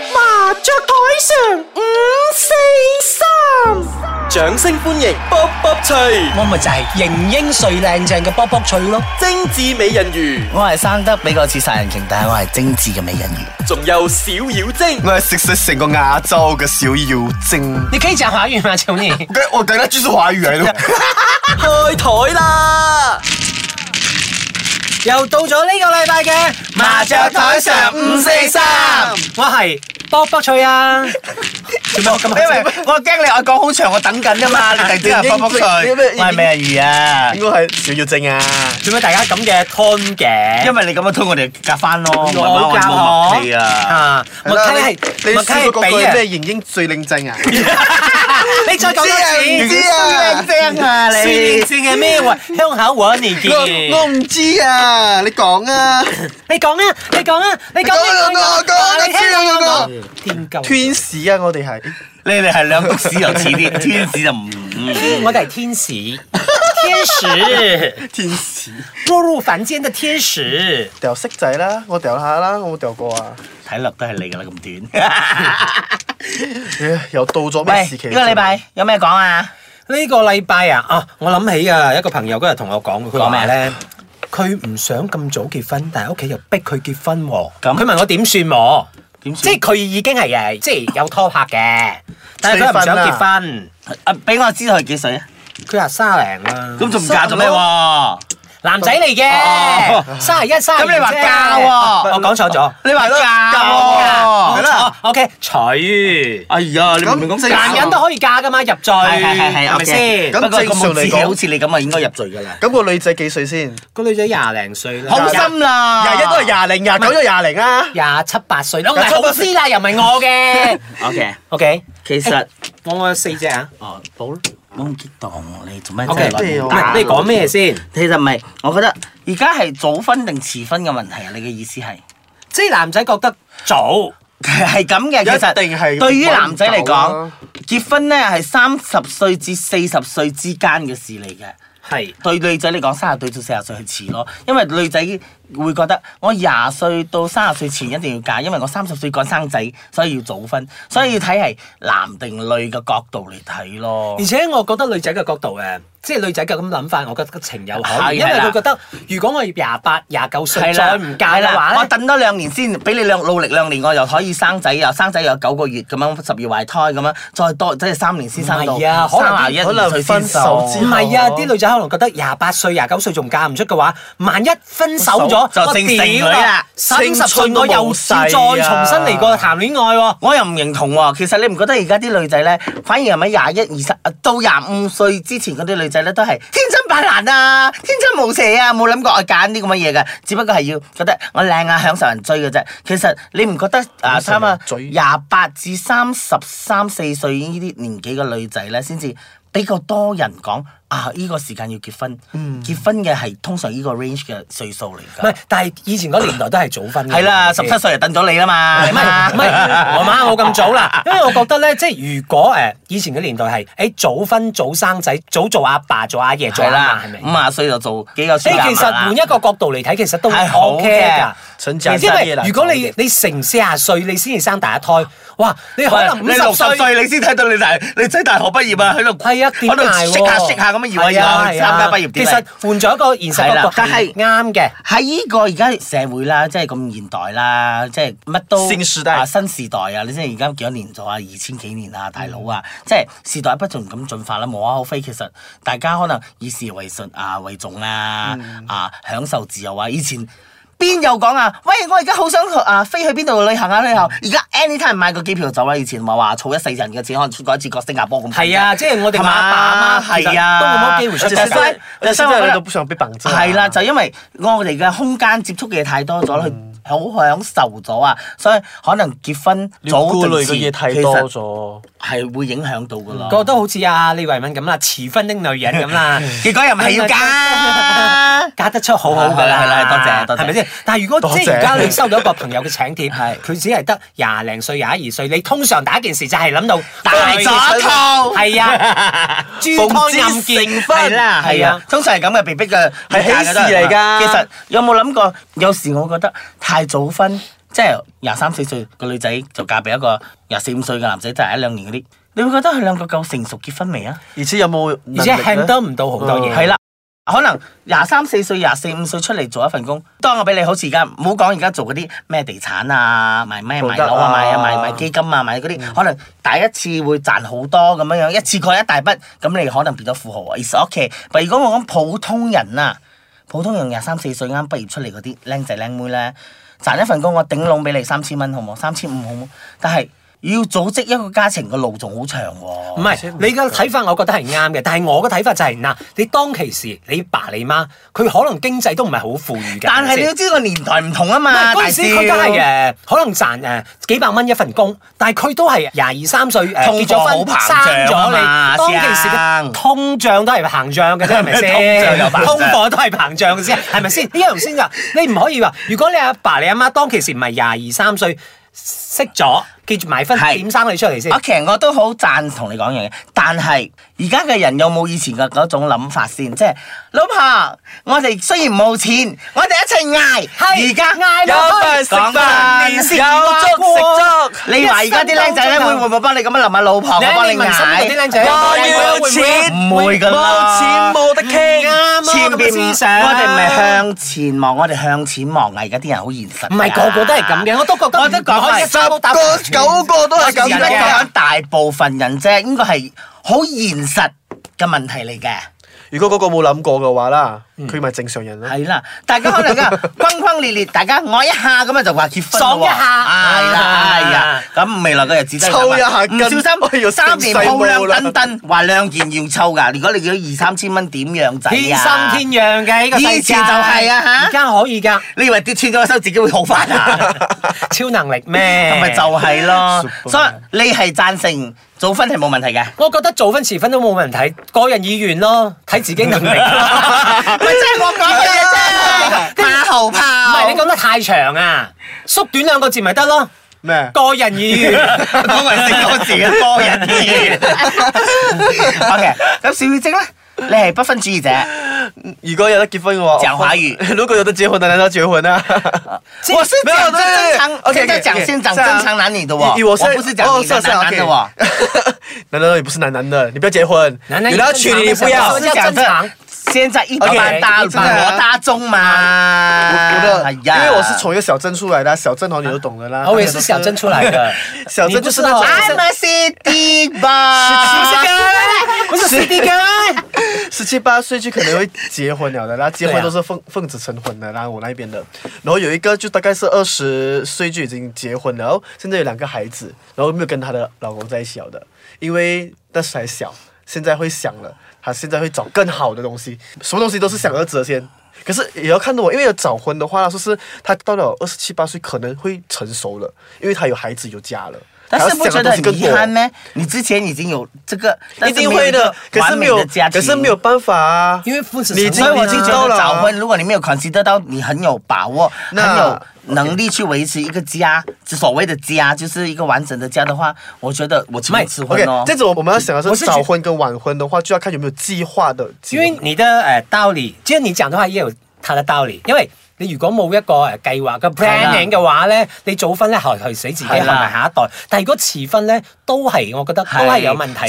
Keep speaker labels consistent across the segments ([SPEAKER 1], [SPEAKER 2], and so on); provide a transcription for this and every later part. [SPEAKER 1] 雀台上五四三，掌聲歡迎卜卜脆，
[SPEAKER 2] 我咪就係型英帥靚正嘅卜卜脆咯。
[SPEAKER 1] 精緻美人魚，
[SPEAKER 2] 我係生得比較似殺人鯨，但係我係精緻嘅美人魚。
[SPEAKER 1] 仲有小妖精，
[SPEAKER 3] 我係食食成個亞洲嘅小妖精。
[SPEAKER 2] 你可以講華語嗎，求你？
[SPEAKER 3] 我我等下繼續華語嚟咯。
[SPEAKER 1] 開台啦！
[SPEAKER 2] 又到咗呢個禮拜嘅
[SPEAKER 1] 麻雀台上五四三
[SPEAKER 2] 我係卜卜 脆啊！做咩我咁
[SPEAKER 3] 因為我驚你我講好長，我等緊㗎 嘛，你突然之間卜卜脆，我係咩魚啊？應該係小妖精啊。
[SPEAKER 2] 做咩大家咁嘅 tone 嘅？
[SPEAKER 3] 因為你咁樣推我哋夾翻咯，唔係
[SPEAKER 2] 我
[SPEAKER 3] 我哋
[SPEAKER 2] 教
[SPEAKER 3] 冇默
[SPEAKER 2] 我
[SPEAKER 3] 契啊。
[SPEAKER 2] 啊！
[SPEAKER 3] 係
[SPEAKER 2] 默
[SPEAKER 3] 啦
[SPEAKER 2] 契係
[SPEAKER 3] 你
[SPEAKER 2] 默契
[SPEAKER 3] 試過嗰
[SPEAKER 2] 係
[SPEAKER 3] 句
[SPEAKER 2] 俾啊！
[SPEAKER 3] 咩型英最靚正啊？
[SPEAKER 2] 你再講多次，
[SPEAKER 3] 唔知啊唔知
[SPEAKER 2] 正啊
[SPEAKER 3] 你
[SPEAKER 2] 最靚正係咩話？鄉口話你見，
[SPEAKER 3] 我我唔知啊，你講啊。
[SPEAKER 2] 你講啊，你講啊，你講啊，
[SPEAKER 3] 講啊講啊
[SPEAKER 2] 你聽
[SPEAKER 3] 講啊講啊
[SPEAKER 2] 我講，天狗，
[SPEAKER 3] 天使啊，我哋係。
[SPEAKER 4] 你哋係兩篤屎又似 啲，天使就唔唔
[SPEAKER 2] 我哋係天使，嗯天使
[SPEAKER 3] 天使
[SPEAKER 2] 落入凡間嘅天使，
[SPEAKER 3] 掉色仔啦，我掉下啦，我冇掉過啊。
[SPEAKER 4] 睇落都係你㗎啦，咁短。
[SPEAKER 3] 唉又到咗咩
[SPEAKER 4] 喂，
[SPEAKER 3] 時期？
[SPEAKER 4] 呢個禮拜有咩講
[SPEAKER 2] à?
[SPEAKER 4] 啊？
[SPEAKER 2] 呢個禮拜啊，啊，我諗起啊，一個朋友嗰日同我講，佢
[SPEAKER 4] 講
[SPEAKER 2] 話
[SPEAKER 4] 咩
[SPEAKER 2] 咧，佢唔想咁早結婚，但係屋企又逼佢結婚喎。
[SPEAKER 4] 咁
[SPEAKER 2] 佢問我點算喎？
[SPEAKER 4] 點
[SPEAKER 2] 即
[SPEAKER 4] 算
[SPEAKER 2] 係佢已經係誒，即係有拖拍嘅，但係佢又唔想
[SPEAKER 3] 四
[SPEAKER 2] 結
[SPEAKER 3] 分
[SPEAKER 2] 婚。
[SPEAKER 4] 啊，俾我知道佢幾歲啊？
[SPEAKER 2] 佢話卅零啦，
[SPEAKER 4] 咁仲唔嫁咗咩喎？
[SPEAKER 2] 男仔嚟
[SPEAKER 4] 哦
[SPEAKER 2] 嘅，三十一、三
[SPEAKER 4] 咁你話嫁喎
[SPEAKER 2] 我講錯咗，
[SPEAKER 4] 你話嫁 à.
[SPEAKER 2] 嫁
[SPEAKER 4] 喎？
[SPEAKER 2] 係啦，OK，娶。
[SPEAKER 4] 哎呀，你明明咁
[SPEAKER 3] 咁
[SPEAKER 2] 男人都可以嫁噶嘛，入贅
[SPEAKER 4] 係係係係
[SPEAKER 2] 係咪
[SPEAKER 4] OK
[SPEAKER 2] 先？
[SPEAKER 3] 咁
[SPEAKER 4] 不過個母子
[SPEAKER 3] 正常嚟講
[SPEAKER 4] 好似你咁啊，應該入罪㗎啦。
[SPEAKER 3] 咁個女仔幾歲先？
[SPEAKER 2] 個女仔廿零歲啦，
[SPEAKER 4] 好心啦，
[SPEAKER 3] 廿一
[SPEAKER 2] Dạ,
[SPEAKER 3] 都係廿零，廿九都係廿零啦。
[SPEAKER 2] 廿七八歲啦，唔
[SPEAKER 3] 廿七
[SPEAKER 2] 係
[SPEAKER 3] 八
[SPEAKER 2] 好師奶又唔係我嘅。
[SPEAKER 4] OK，
[SPEAKER 2] OK，
[SPEAKER 4] 其實
[SPEAKER 2] 講我四隻啊。
[SPEAKER 4] 哦，好，我唔激動，你做咩真係
[SPEAKER 2] OK，唔
[SPEAKER 3] 真係
[SPEAKER 4] 亂
[SPEAKER 2] 係
[SPEAKER 3] 唔
[SPEAKER 4] 打
[SPEAKER 2] 你講咩先？
[SPEAKER 4] 其實唔係，我覺得而家係早婚定遲婚嘅問題啊！你嘅意思係？
[SPEAKER 2] 即係男仔覺得早，
[SPEAKER 4] 係咁嘅，其實
[SPEAKER 3] 一定係
[SPEAKER 4] 對於男仔嚟
[SPEAKER 3] 揾唔到啦
[SPEAKER 4] 講，結婚咧係三十歲至四十歲之間嘅事嚟嘅。
[SPEAKER 2] 係
[SPEAKER 4] 對女仔嚟講，三十歲到四十歲係遲咯，因為女仔會覺得我廿歲到三十歲前一定要嫁，因為我三十歲趕生仔，所以要早婚，所以要睇係男定女嘅角度嚟睇咯
[SPEAKER 2] 而。且我覺得女仔嘅角度誒，即係女仔嘅咁諗法，我覺得情有可
[SPEAKER 4] 係
[SPEAKER 2] 原，因為
[SPEAKER 4] 係啦
[SPEAKER 2] 佢覺得如果我廿八、廿九歲
[SPEAKER 4] 係
[SPEAKER 2] 再
[SPEAKER 4] 啦，
[SPEAKER 2] 唔嫁嘅話
[SPEAKER 4] 係啦我
[SPEAKER 2] 咧，
[SPEAKER 4] 等多兩年先，俾你兩努力兩年，我又可以生仔，又生仔又有九個月咁樣，十月懷胎咁樣，再多即係三年先生到。
[SPEAKER 2] 唔係啊可能
[SPEAKER 4] 三十一
[SPEAKER 3] 可能
[SPEAKER 4] 歲先
[SPEAKER 3] 分手之
[SPEAKER 4] 生
[SPEAKER 2] 唔係啊，啲女仔可能覺得廿八歲、廿九歲仲嫁唔出嘅話，萬一分手咗，
[SPEAKER 4] 就
[SPEAKER 2] 我
[SPEAKER 4] 正
[SPEAKER 2] 屌
[SPEAKER 4] 剩女啦
[SPEAKER 2] 三十歲
[SPEAKER 3] 青春
[SPEAKER 2] 我
[SPEAKER 3] 都
[SPEAKER 2] 又
[SPEAKER 3] 冇
[SPEAKER 2] 試
[SPEAKER 3] 晒
[SPEAKER 2] 再
[SPEAKER 3] 啊
[SPEAKER 2] 重新嚟過談戀愛喎。
[SPEAKER 4] 我又唔認同喎、其實你唔覺得而家啲女仔咧，反而係咪廿一、二十啊到廿五歲之前嗰啲女仔咧，都係天真扮爛啊、天真無邪啊，冇諗過我揀啲咁嘅嘢嘅，只不過係要覺得我靚啊，享受人追嘅啫。其實你唔覺得啊，
[SPEAKER 3] 享受
[SPEAKER 4] 差
[SPEAKER 3] 人
[SPEAKER 4] 啊
[SPEAKER 3] 追
[SPEAKER 4] 廿八至三十三四歲呢啲年紀嘅女仔咧，先至比較多人講啊，呢、個時間要結婚，
[SPEAKER 2] 嗯
[SPEAKER 4] 結婚嘅係通常呢個 range 嘅歲數嚟
[SPEAKER 2] 唔
[SPEAKER 4] 㗎
[SPEAKER 2] 係。，但係以前嗰年代都係早婚嘅。
[SPEAKER 4] 係啦，十
[SPEAKER 2] 係咪
[SPEAKER 4] 七歲就等咗你啦嘛，
[SPEAKER 2] 唔係唔 係，我媽冇咁早啦，因為我覺得咧，即係如果誒、呃以前嘅年代係誒、早婚早生仔，早做阿爸做阿爺做
[SPEAKER 4] 係
[SPEAKER 2] 阿
[SPEAKER 4] 啦
[SPEAKER 2] 嫲係，咪？
[SPEAKER 4] 五啊歲就做幾個暑
[SPEAKER 2] 所以
[SPEAKER 4] 假
[SPEAKER 2] 其實換一個角度嚟睇，其實都
[SPEAKER 4] 係好
[SPEAKER 2] OK 㗎
[SPEAKER 4] 嘅。
[SPEAKER 3] 蠢仔
[SPEAKER 2] 因為如果你你成四十歲你先至生第一胎，哇！你可能五
[SPEAKER 4] 你六
[SPEAKER 2] 十
[SPEAKER 4] 十
[SPEAKER 2] 歲。
[SPEAKER 4] 歲你先睇到你大你仔大學畢業啊，喺度
[SPEAKER 2] 係啊，點
[SPEAKER 4] 喺度
[SPEAKER 2] 解喎
[SPEAKER 4] 識下識下咁樣搖啊
[SPEAKER 2] 係
[SPEAKER 4] 搖
[SPEAKER 2] 啊
[SPEAKER 4] 啊，去
[SPEAKER 2] 係啊
[SPEAKER 4] 參加畢業典禮。
[SPEAKER 2] 其實換咗一個現實角
[SPEAKER 4] 係
[SPEAKER 2] 度
[SPEAKER 4] 啦但係
[SPEAKER 2] 啱嘅。
[SPEAKER 4] 喺呢個而家社會啦，即係咁現代啦，即係乜都
[SPEAKER 3] 新時代
[SPEAKER 4] 啊，新時代啊！你知而家幾多年咗啊？二千幾年啊，大佬啊！即係時代不斷咁進化啦，無可厚非。其實大家可能以事為順啊，為重啊，啊享受自由啊。以前邊有講啊？喂，我而家好想去啊飛去邊度旅行啊旅行！而家 anytime 買個機票就走啦。以前話話儲一世人嘅錢，可能出過一次國新加坡咁。
[SPEAKER 2] 係啊，即係我
[SPEAKER 4] 係
[SPEAKER 2] 哋話
[SPEAKER 4] 嘛
[SPEAKER 2] 阿爸阿媽其實
[SPEAKER 4] 係啊
[SPEAKER 2] 都冇乜機會出
[SPEAKER 4] 就
[SPEAKER 2] 街
[SPEAKER 4] 係所以就
[SPEAKER 3] 就
[SPEAKER 4] 係
[SPEAKER 3] 真
[SPEAKER 4] 我覺
[SPEAKER 3] 係啊
[SPEAKER 4] 得
[SPEAKER 3] 你都不想被綁架。
[SPEAKER 4] 係啦，就因為我哋嘅空間接觸嘅嘢太多咗，佢
[SPEAKER 3] 嗯
[SPEAKER 4] 好享受咗啊，所以可能結婚
[SPEAKER 3] 你要
[SPEAKER 4] 早
[SPEAKER 3] 顧慮
[SPEAKER 4] 定遲，
[SPEAKER 3] 嘅嘢太
[SPEAKER 4] 其
[SPEAKER 3] 多
[SPEAKER 4] 實
[SPEAKER 3] 咗。
[SPEAKER 4] 係會影響到噶啦。
[SPEAKER 2] 個都好似阿李慧敏咁啦，遲婚的女人咁 啦，
[SPEAKER 4] 結果又唔係要嫁，
[SPEAKER 2] 嫁得出好好㗎啦，
[SPEAKER 4] 係啦係啦多謝多謝
[SPEAKER 2] 係咪先？但係如果
[SPEAKER 3] 多謝
[SPEAKER 2] 即係而家你收到一個朋友嘅請 帖，佢只係得廿零歲、廿一二歲，你通常第一件事就係諗到
[SPEAKER 4] 大咗套
[SPEAKER 2] 係啊，珠
[SPEAKER 4] 奉
[SPEAKER 2] 湯
[SPEAKER 4] 之
[SPEAKER 2] 暗結
[SPEAKER 4] 成婚
[SPEAKER 2] 係啦，係
[SPEAKER 4] 係
[SPEAKER 2] 啊
[SPEAKER 4] 啊，，通常係咁嘅，被逼嘅啊
[SPEAKER 3] 係喜事嚟㗎
[SPEAKER 4] 其實有冇諗過？有時我覺得太早婚即係廿三四歲個女仔就嫁俾一個廿四五歲嘅男仔，就係一兩年嗰啲，你會覺得佢兩個夠成熟結婚未啊？
[SPEAKER 3] 而且有冇
[SPEAKER 2] 而
[SPEAKER 3] 能力
[SPEAKER 2] 且
[SPEAKER 3] 呢
[SPEAKER 2] handle 唔到好多嘢。
[SPEAKER 4] 係啦。可能廿三四歲、廿四五歲出嚟做一份工，當我俾你好似而家唔好講而家做嗰啲咩地產啊、賣咩賣
[SPEAKER 3] 道德
[SPEAKER 4] 樓啊、
[SPEAKER 3] 啊
[SPEAKER 4] 賣啊賣賣基金啊、賣嗰
[SPEAKER 2] 嗯
[SPEAKER 4] 啲，可能第一次會賺好多咁樣樣，一次過一大筆，咁你可能變咗富豪啊。It's OK，但如果我講普通人啊，普通人廿三四歲啱畢業出嚟嗰啲僆仔僆妹咧，賺一份工我頂籠俾你三千蚊好冇？三千五好冇？但係要組織一個家庭個路仲好長喎、
[SPEAKER 2] 唔係，你嘅睇法我覺得係啱嘅，但係我嘅睇法就係、嗱，你當其時你爸你媽，佢可能經濟都唔係好富裕嘅，
[SPEAKER 4] 但係你
[SPEAKER 2] 係咪
[SPEAKER 4] 都
[SPEAKER 2] 先
[SPEAKER 4] 知道個年代唔同啊
[SPEAKER 2] 唔係
[SPEAKER 4] 嘛，
[SPEAKER 2] 嗰
[SPEAKER 4] 大
[SPEAKER 2] 陣時
[SPEAKER 4] 少
[SPEAKER 2] 佢都係誒，可能賺誒幾百蚊一份工，但係佢都係廿二三歲誒
[SPEAKER 4] 通貨
[SPEAKER 2] 結咗婚，
[SPEAKER 4] 好膨
[SPEAKER 2] 生
[SPEAKER 4] 脹啊
[SPEAKER 2] 咗
[SPEAKER 4] 嘛
[SPEAKER 2] 你，當其時嘅
[SPEAKER 4] 先
[SPEAKER 2] 通脹都係膨脹嘅啫，係 咪
[SPEAKER 4] 通脹又膨
[SPEAKER 2] 先？
[SPEAKER 4] 脹
[SPEAKER 2] 通貨都係膨脹嘅先，係咪先？呢樣先㗎，你唔可以話，如果你阿爸你阿媽當其時唔係廿二三歲識咗結埋婚，
[SPEAKER 4] 係
[SPEAKER 2] 點生你出嚟先
[SPEAKER 4] 我？其實我都好贊同你講嘢嘅，但係而家嘅人有冇以前嘅嗰種諗法先？即係老婆，我哋雖然冇錢，我哋一齊捱。
[SPEAKER 2] 係
[SPEAKER 4] 而家
[SPEAKER 2] 嗌
[SPEAKER 1] 有
[SPEAKER 2] 落去
[SPEAKER 1] 飯食
[SPEAKER 4] 講
[SPEAKER 1] 飯，
[SPEAKER 4] 真
[SPEAKER 1] 有粥食粥。
[SPEAKER 4] 你話而家啲僆仔咧會唔會幫你咁樣諗下啊老婆？我
[SPEAKER 2] 你
[SPEAKER 4] 幫
[SPEAKER 2] 你問心嗰啲
[SPEAKER 4] 捱。
[SPEAKER 2] 僆仔，
[SPEAKER 1] 我要錢，
[SPEAKER 4] 唔會㗎啦
[SPEAKER 1] 冇錢冇得傾。
[SPEAKER 4] 前
[SPEAKER 2] 啱
[SPEAKER 4] 邊唔
[SPEAKER 2] 思想，
[SPEAKER 4] 我哋唔係向前望，我哋向錢望啊！而家啲人好現實㗎。啊
[SPEAKER 2] 唔係個個都係咁嘅，我都覺得
[SPEAKER 4] 我都覺
[SPEAKER 2] 唔可以
[SPEAKER 4] 係
[SPEAKER 2] 一刀打
[SPEAKER 3] 個九個都係
[SPEAKER 4] 而
[SPEAKER 3] 咁
[SPEAKER 4] 家
[SPEAKER 2] 嘅
[SPEAKER 4] 講緊大部分人啫，應該係好現實嘅問題嚟嘅。
[SPEAKER 3] 如果嗰個冇諗過嘅話啦，佢咪正常人咯。
[SPEAKER 4] 係啦，大家可能 噶轟轟烈烈，大家愛一下咁啊就話結婚
[SPEAKER 2] 爽一下
[SPEAKER 4] 係啦，
[SPEAKER 2] 啊
[SPEAKER 4] 係啊，咁未來嘅日子真係
[SPEAKER 3] 抽一下
[SPEAKER 4] 唔
[SPEAKER 3] 筋
[SPEAKER 4] 小
[SPEAKER 3] 哎
[SPEAKER 4] 心
[SPEAKER 3] 呀
[SPEAKER 4] 三年
[SPEAKER 3] 成世
[SPEAKER 4] 鋪
[SPEAKER 3] 冇啦，
[SPEAKER 4] 兩墩墩，話兩件要抽噶。如果你要二三千蚊點樣仔
[SPEAKER 2] 天
[SPEAKER 4] 啊？
[SPEAKER 2] 生天養嘅呢個世界，
[SPEAKER 4] 以前就係啊嚇
[SPEAKER 2] 而家可以㗎，
[SPEAKER 4] 你以為跌穿咗手自己會好翻 啊？
[SPEAKER 2] 超能力咩？
[SPEAKER 4] 咁咪就係咯所以你係贊成早婚係冇問題嘅。
[SPEAKER 2] 我覺得早婚遲婚都冇問題，個人意願咯，睇自己能力。
[SPEAKER 4] 咪即係我講嘅嘢啫，馬後炮。
[SPEAKER 2] 唔係你講得太長啊，縮短兩個字咪得咯，
[SPEAKER 3] 咩？
[SPEAKER 2] 個人意願。
[SPEAKER 4] 講埋食多字嘅多人啲嘢。OK，咁小雨晶咧，你係不分主義者，
[SPEAKER 3] 如果有得結婚嘅話，
[SPEAKER 4] 講華
[SPEAKER 3] 語。 如果有得結婚，當然要結婚 啊。
[SPEAKER 4] 我是
[SPEAKER 3] 沒有
[SPEAKER 4] 講
[SPEAKER 3] 對對
[SPEAKER 4] 正
[SPEAKER 3] 對
[SPEAKER 4] 常，
[SPEAKER 3] OK，OK，
[SPEAKER 4] 現在講
[SPEAKER 3] OK，
[SPEAKER 4] 先講
[SPEAKER 3] 是啊
[SPEAKER 4] 正常男女的喎，
[SPEAKER 3] 以以我哦
[SPEAKER 4] 不是講你的
[SPEAKER 3] 啊
[SPEAKER 4] 男男的哦喎。
[SPEAKER 3] 男男的也不是男男的，你不要結婚。
[SPEAKER 2] 男男
[SPEAKER 3] 有人要娶你，你不
[SPEAKER 2] 我
[SPEAKER 3] 要
[SPEAKER 4] 我
[SPEAKER 2] 是
[SPEAKER 4] 是。
[SPEAKER 2] 講
[SPEAKER 4] 講
[SPEAKER 2] 正常
[SPEAKER 4] 真，現在一般大
[SPEAKER 3] 真的
[SPEAKER 4] 我
[SPEAKER 3] 啊
[SPEAKER 4] 大眾
[SPEAKER 3] 我
[SPEAKER 4] 嘛，
[SPEAKER 3] 我的，因
[SPEAKER 4] 哎呀哦
[SPEAKER 3] 為我是從一個小鎮出來的，啊小鎮好你就懂的啦。
[SPEAKER 2] 我也是小鎮出來的，
[SPEAKER 3] 小鎮就是那種
[SPEAKER 2] 你不
[SPEAKER 4] I'm
[SPEAKER 2] 知道
[SPEAKER 4] a city À. boy，
[SPEAKER 2] 我是 CD 哥。
[SPEAKER 3] 十七八岁就可能会結婚 了的啦，結
[SPEAKER 2] 對啊
[SPEAKER 3] 婚都是奉奉子成婚的啦，我那邊的。然後有一個就大概是二十歲就已經結婚了，然後現在有兩個孩子，然後沒有跟她的老公在一起了的，因為那時還小，現在會想了，她現在會找更好的東西，什麼東西都是想兒子的先。可是也要看到我，因為有早婚的話，就是她到了二十七八歲可能會成熟了，因為她有孩子有家了。
[SPEAKER 4] 但是不
[SPEAKER 3] 她要
[SPEAKER 4] 覺
[SPEAKER 3] 想
[SPEAKER 4] 得
[SPEAKER 3] 的東
[SPEAKER 4] 很
[SPEAKER 3] 西更
[SPEAKER 4] 遺
[SPEAKER 3] 多。
[SPEAKER 4] 憾咩？你之前已經有這個，但
[SPEAKER 3] 一
[SPEAKER 4] 是
[SPEAKER 3] 定
[SPEAKER 4] 沒有
[SPEAKER 3] 會
[SPEAKER 4] 個
[SPEAKER 3] 的，可是
[SPEAKER 4] 完
[SPEAKER 3] 没
[SPEAKER 4] 美
[SPEAKER 3] 有
[SPEAKER 4] 的家，庭
[SPEAKER 3] 可是没有办法啊，
[SPEAKER 2] 因为父子
[SPEAKER 3] 你已
[SPEAKER 2] 成
[SPEAKER 3] 经
[SPEAKER 2] 婚
[SPEAKER 4] 所以我
[SPEAKER 3] 已
[SPEAKER 4] 就
[SPEAKER 3] 经
[SPEAKER 4] 觉
[SPEAKER 3] 到
[SPEAKER 4] 得
[SPEAKER 3] 了
[SPEAKER 4] 早
[SPEAKER 3] 啊，
[SPEAKER 4] 婚，如果你没有 consider 到，你很有把握，很
[SPEAKER 3] 那
[SPEAKER 4] 有能力去维持一个家，就所谓的家就是一个完整的家的话，我觉得我只能吃婚
[SPEAKER 3] OK，
[SPEAKER 4] 哦
[SPEAKER 3] 这。种我们要想
[SPEAKER 2] 我
[SPEAKER 3] 的
[SPEAKER 2] 是
[SPEAKER 3] 是
[SPEAKER 2] 觉
[SPEAKER 3] 早婚跟晚婚的话，就要看有没有计划的结
[SPEAKER 2] 因为
[SPEAKER 3] 婚。
[SPEAKER 2] 你的呃道理，即係你講的話也有它的道理，因為你如果冇一個誒計劃嘅
[SPEAKER 4] 啦
[SPEAKER 2] planning 嘅話咧，你早婚咧害害死自己，害
[SPEAKER 4] 係啦
[SPEAKER 2] 埋下一代。但係如果遲婚咧，都係我覺得都
[SPEAKER 4] 係
[SPEAKER 2] 係有問題嘅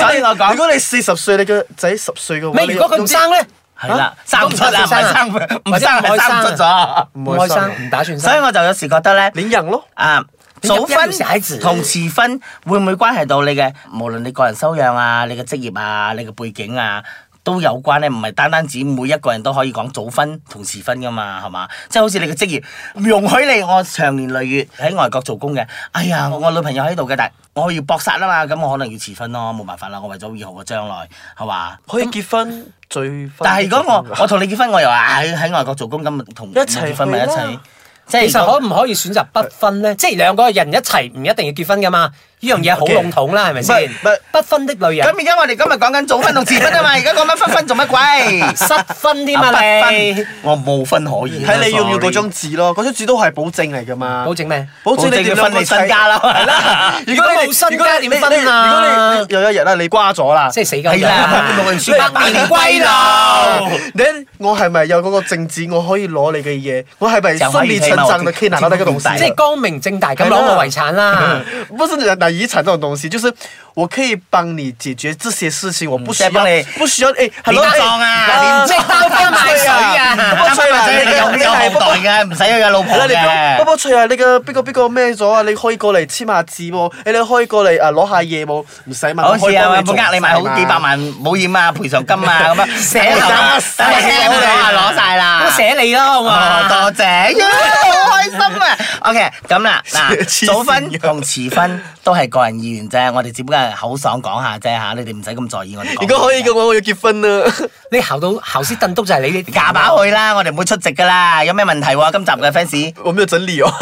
[SPEAKER 4] 所以我講所以我講
[SPEAKER 3] 如果你如果你四十歲，你個仔十歲嘅話，
[SPEAKER 2] 咩？如果佢唔生咧，
[SPEAKER 4] 系啦，
[SPEAKER 2] 嚇
[SPEAKER 4] 生唔出啊，唔係生唔唔生係生唔出咗，
[SPEAKER 3] 你
[SPEAKER 2] 唔
[SPEAKER 3] 用，
[SPEAKER 2] 開
[SPEAKER 3] 唔開
[SPEAKER 2] 生，
[SPEAKER 3] 心，
[SPEAKER 2] 唔打算生。
[SPEAKER 4] 所以我就有時覺得咧，
[SPEAKER 3] 領養咯。
[SPEAKER 4] 啊。
[SPEAKER 2] 你
[SPEAKER 4] 早
[SPEAKER 2] 入一條
[SPEAKER 4] 婚
[SPEAKER 2] 小孩子
[SPEAKER 4] 同遲婚會唔會關係到你嘅，無論你個人修養啊、你嘅職業啊、你嘅背景啊，都有關咧。唔係單單指每一個人都可以講早婚同遲婚噶嘛，係嘛？即係好似你嘅職業，容許你我長年累月喺外國做工嘅。哎呀，我女朋友喺度嘅，但係我要搏殺啊嘛，咁我可能要遲婚咯，冇辦法啦，我為咗以後嘅將來係嘛。
[SPEAKER 3] 可以結婚最快。
[SPEAKER 4] 但係如果我我同你結婚，我又話喺喺外國做工，咁咪同
[SPEAKER 3] 一齊
[SPEAKER 4] 結婚咪一
[SPEAKER 3] 去啦
[SPEAKER 4] 齊。即係
[SPEAKER 2] 其實
[SPEAKER 4] 如果
[SPEAKER 2] 可唔可以選擇不婚咧？即係兩個人一齊唔一定要結婚噶嘛。呢樣嘢好
[SPEAKER 3] Okay
[SPEAKER 2] 籠統啦，係咪先
[SPEAKER 3] 不不？
[SPEAKER 2] 不分的女人
[SPEAKER 4] 咁。而家我哋今日講緊早婚同遲婚啊嘛，而家講緊分婚做乜鬼？
[SPEAKER 2] 失分添
[SPEAKER 4] À,
[SPEAKER 2] 啊你，
[SPEAKER 4] 我冇分可以。
[SPEAKER 3] 睇你要唔要嗰張紙咯，嗰張紙都係保證嚟㗎嘛。
[SPEAKER 2] 保證咩？
[SPEAKER 3] 保證你哋
[SPEAKER 4] 保證佢
[SPEAKER 3] 兩個
[SPEAKER 4] 分你身家啦
[SPEAKER 3] 係啦
[SPEAKER 2] 如果冇
[SPEAKER 3] 你
[SPEAKER 2] 身家
[SPEAKER 3] 如
[SPEAKER 2] 點
[SPEAKER 3] 果你
[SPEAKER 2] 分啊
[SPEAKER 3] 如果你有一日啦，你瓜咗啦，
[SPEAKER 2] 即係死狗
[SPEAKER 4] 係啦，
[SPEAKER 2] 啦，
[SPEAKER 4] 六人書
[SPEAKER 2] 百年歸老。
[SPEAKER 3] 你我係咪有嗰個證紙，我可以攞你嘅嘢？我係咪順理成章的可以拿到那個啊東西？
[SPEAKER 2] 即係光明正大咁攞我遺產 啦。
[SPEAKER 3] 不是拿遺產這種東西，就是我可以幫你解決這些事情，我不需要
[SPEAKER 4] 即係幫你，
[SPEAKER 3] 不需要誒，係
[SPEAKER 4] 亂撞啊亂
[SPEAKER 2] 即係兜翻賣水啊！
[SPEAKER 3] 波吹啊，
[SPEAKER 4] 仔你有有後代嘅，唔使佢有老婆
[SPEAKER 3] 係啦，你波
[SPEAKER 4] 嘅。
[SPEAKER 3] 波吹啊，你個邊個邊個咩咗啊？你可以過嚟簽下字喎，誒你可以過嚟啊攞下嘢冇，唔使問。
[SPEAKER 4] 好似啊，
[SPEAKER 3] 我可以幫
[SPEAKER 4] 冇呃你買好
[SPEAKER 3] 做
[SPEAKER 4] 幾百萬保險啊、賠償金啊咁樣，寫
[SPEAKER 2] 樓啊
[SPEAKER 4] 寫樓啊攞晒啦。
[SPEAKER 2] 我寫你啦，好
[SPEAKER 4] 哦，
[SPEAKER 2] 嘛？
[SPEAKER 4] 多謝，呀好開心 啊！OK，咁啦，
[SPEAKER 3] 黐
[SPEAKER 4] 嗱，
[SPEAKER 3] 線
[SPEAKER 4] 早婚同遲婚都係個人意願啫，我哋只不過係口爽講下啫嚇，你哋唔使咁在意我哋講嘢。
[SPEAKER 3] 如果可以嘅話，我要結婚啦。
[SPEAKER 2] 你考到考師凳督就係你你
[SPEAKER 4] 夾把去啦，我哋唔會出席噶啦，有咩問題喎？今集嘅 fans。
[SPEAKER 3] 我沒有整理哦。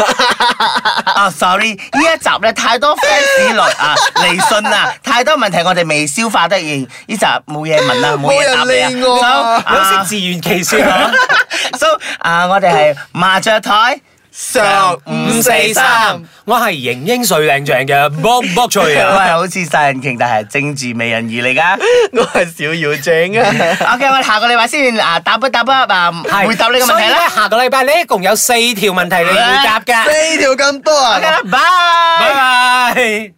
[SPEAKER 4] 啊、s o r r y 呢一集咧太多 fans 來 啊嚟信啦，太多問題我哋未消化得完，呢集冇嘢問 啦，冇嘢答
[SPEAKER 3] 冇人
[SPEAKER 4] 你
[SPEAKER 3] 理我
[SPEAKER 4] 啊
[SPEAKER 3] 啊。
[SPEAKER 2] 有識自圓其説啊！
[SPEAKER 4] So，so 啊，我哋係麻雀 台。
[SPEAKER 3] 上
[SPEAKER 2] 五四三，我係型英帥靚正嘅卜卜
[SPEAKER 3] 哎
[SPEAKER 2] 脆
[SPEAKER 4] 我
[SPEAKER 2] 啊！
[SPEAKER 4] 係好似殺人鯨，但係政治美人魚嚟噶。
[SPEAKER 3] 我係小妖 精啊！
[SPEAKER 4] OK，我哋下個禮拜先啊，答不答不啊，
[SPEAKER 2] 係
[SPEAKER 4] 回答呢個問
[SPEAKER 2] 所以
[SPEAKER 4] 題
[SPEAKER 2] 咧
[SPEAKER 4] 啦。
[SPEAKER 2] 下個禮拜你一共有四條問題你要答㗎。
[SPEAKER 3] 四條咁多啊
[SPEAKER 4] OK 啦，拜
[SPEAKER 2] 拜拜。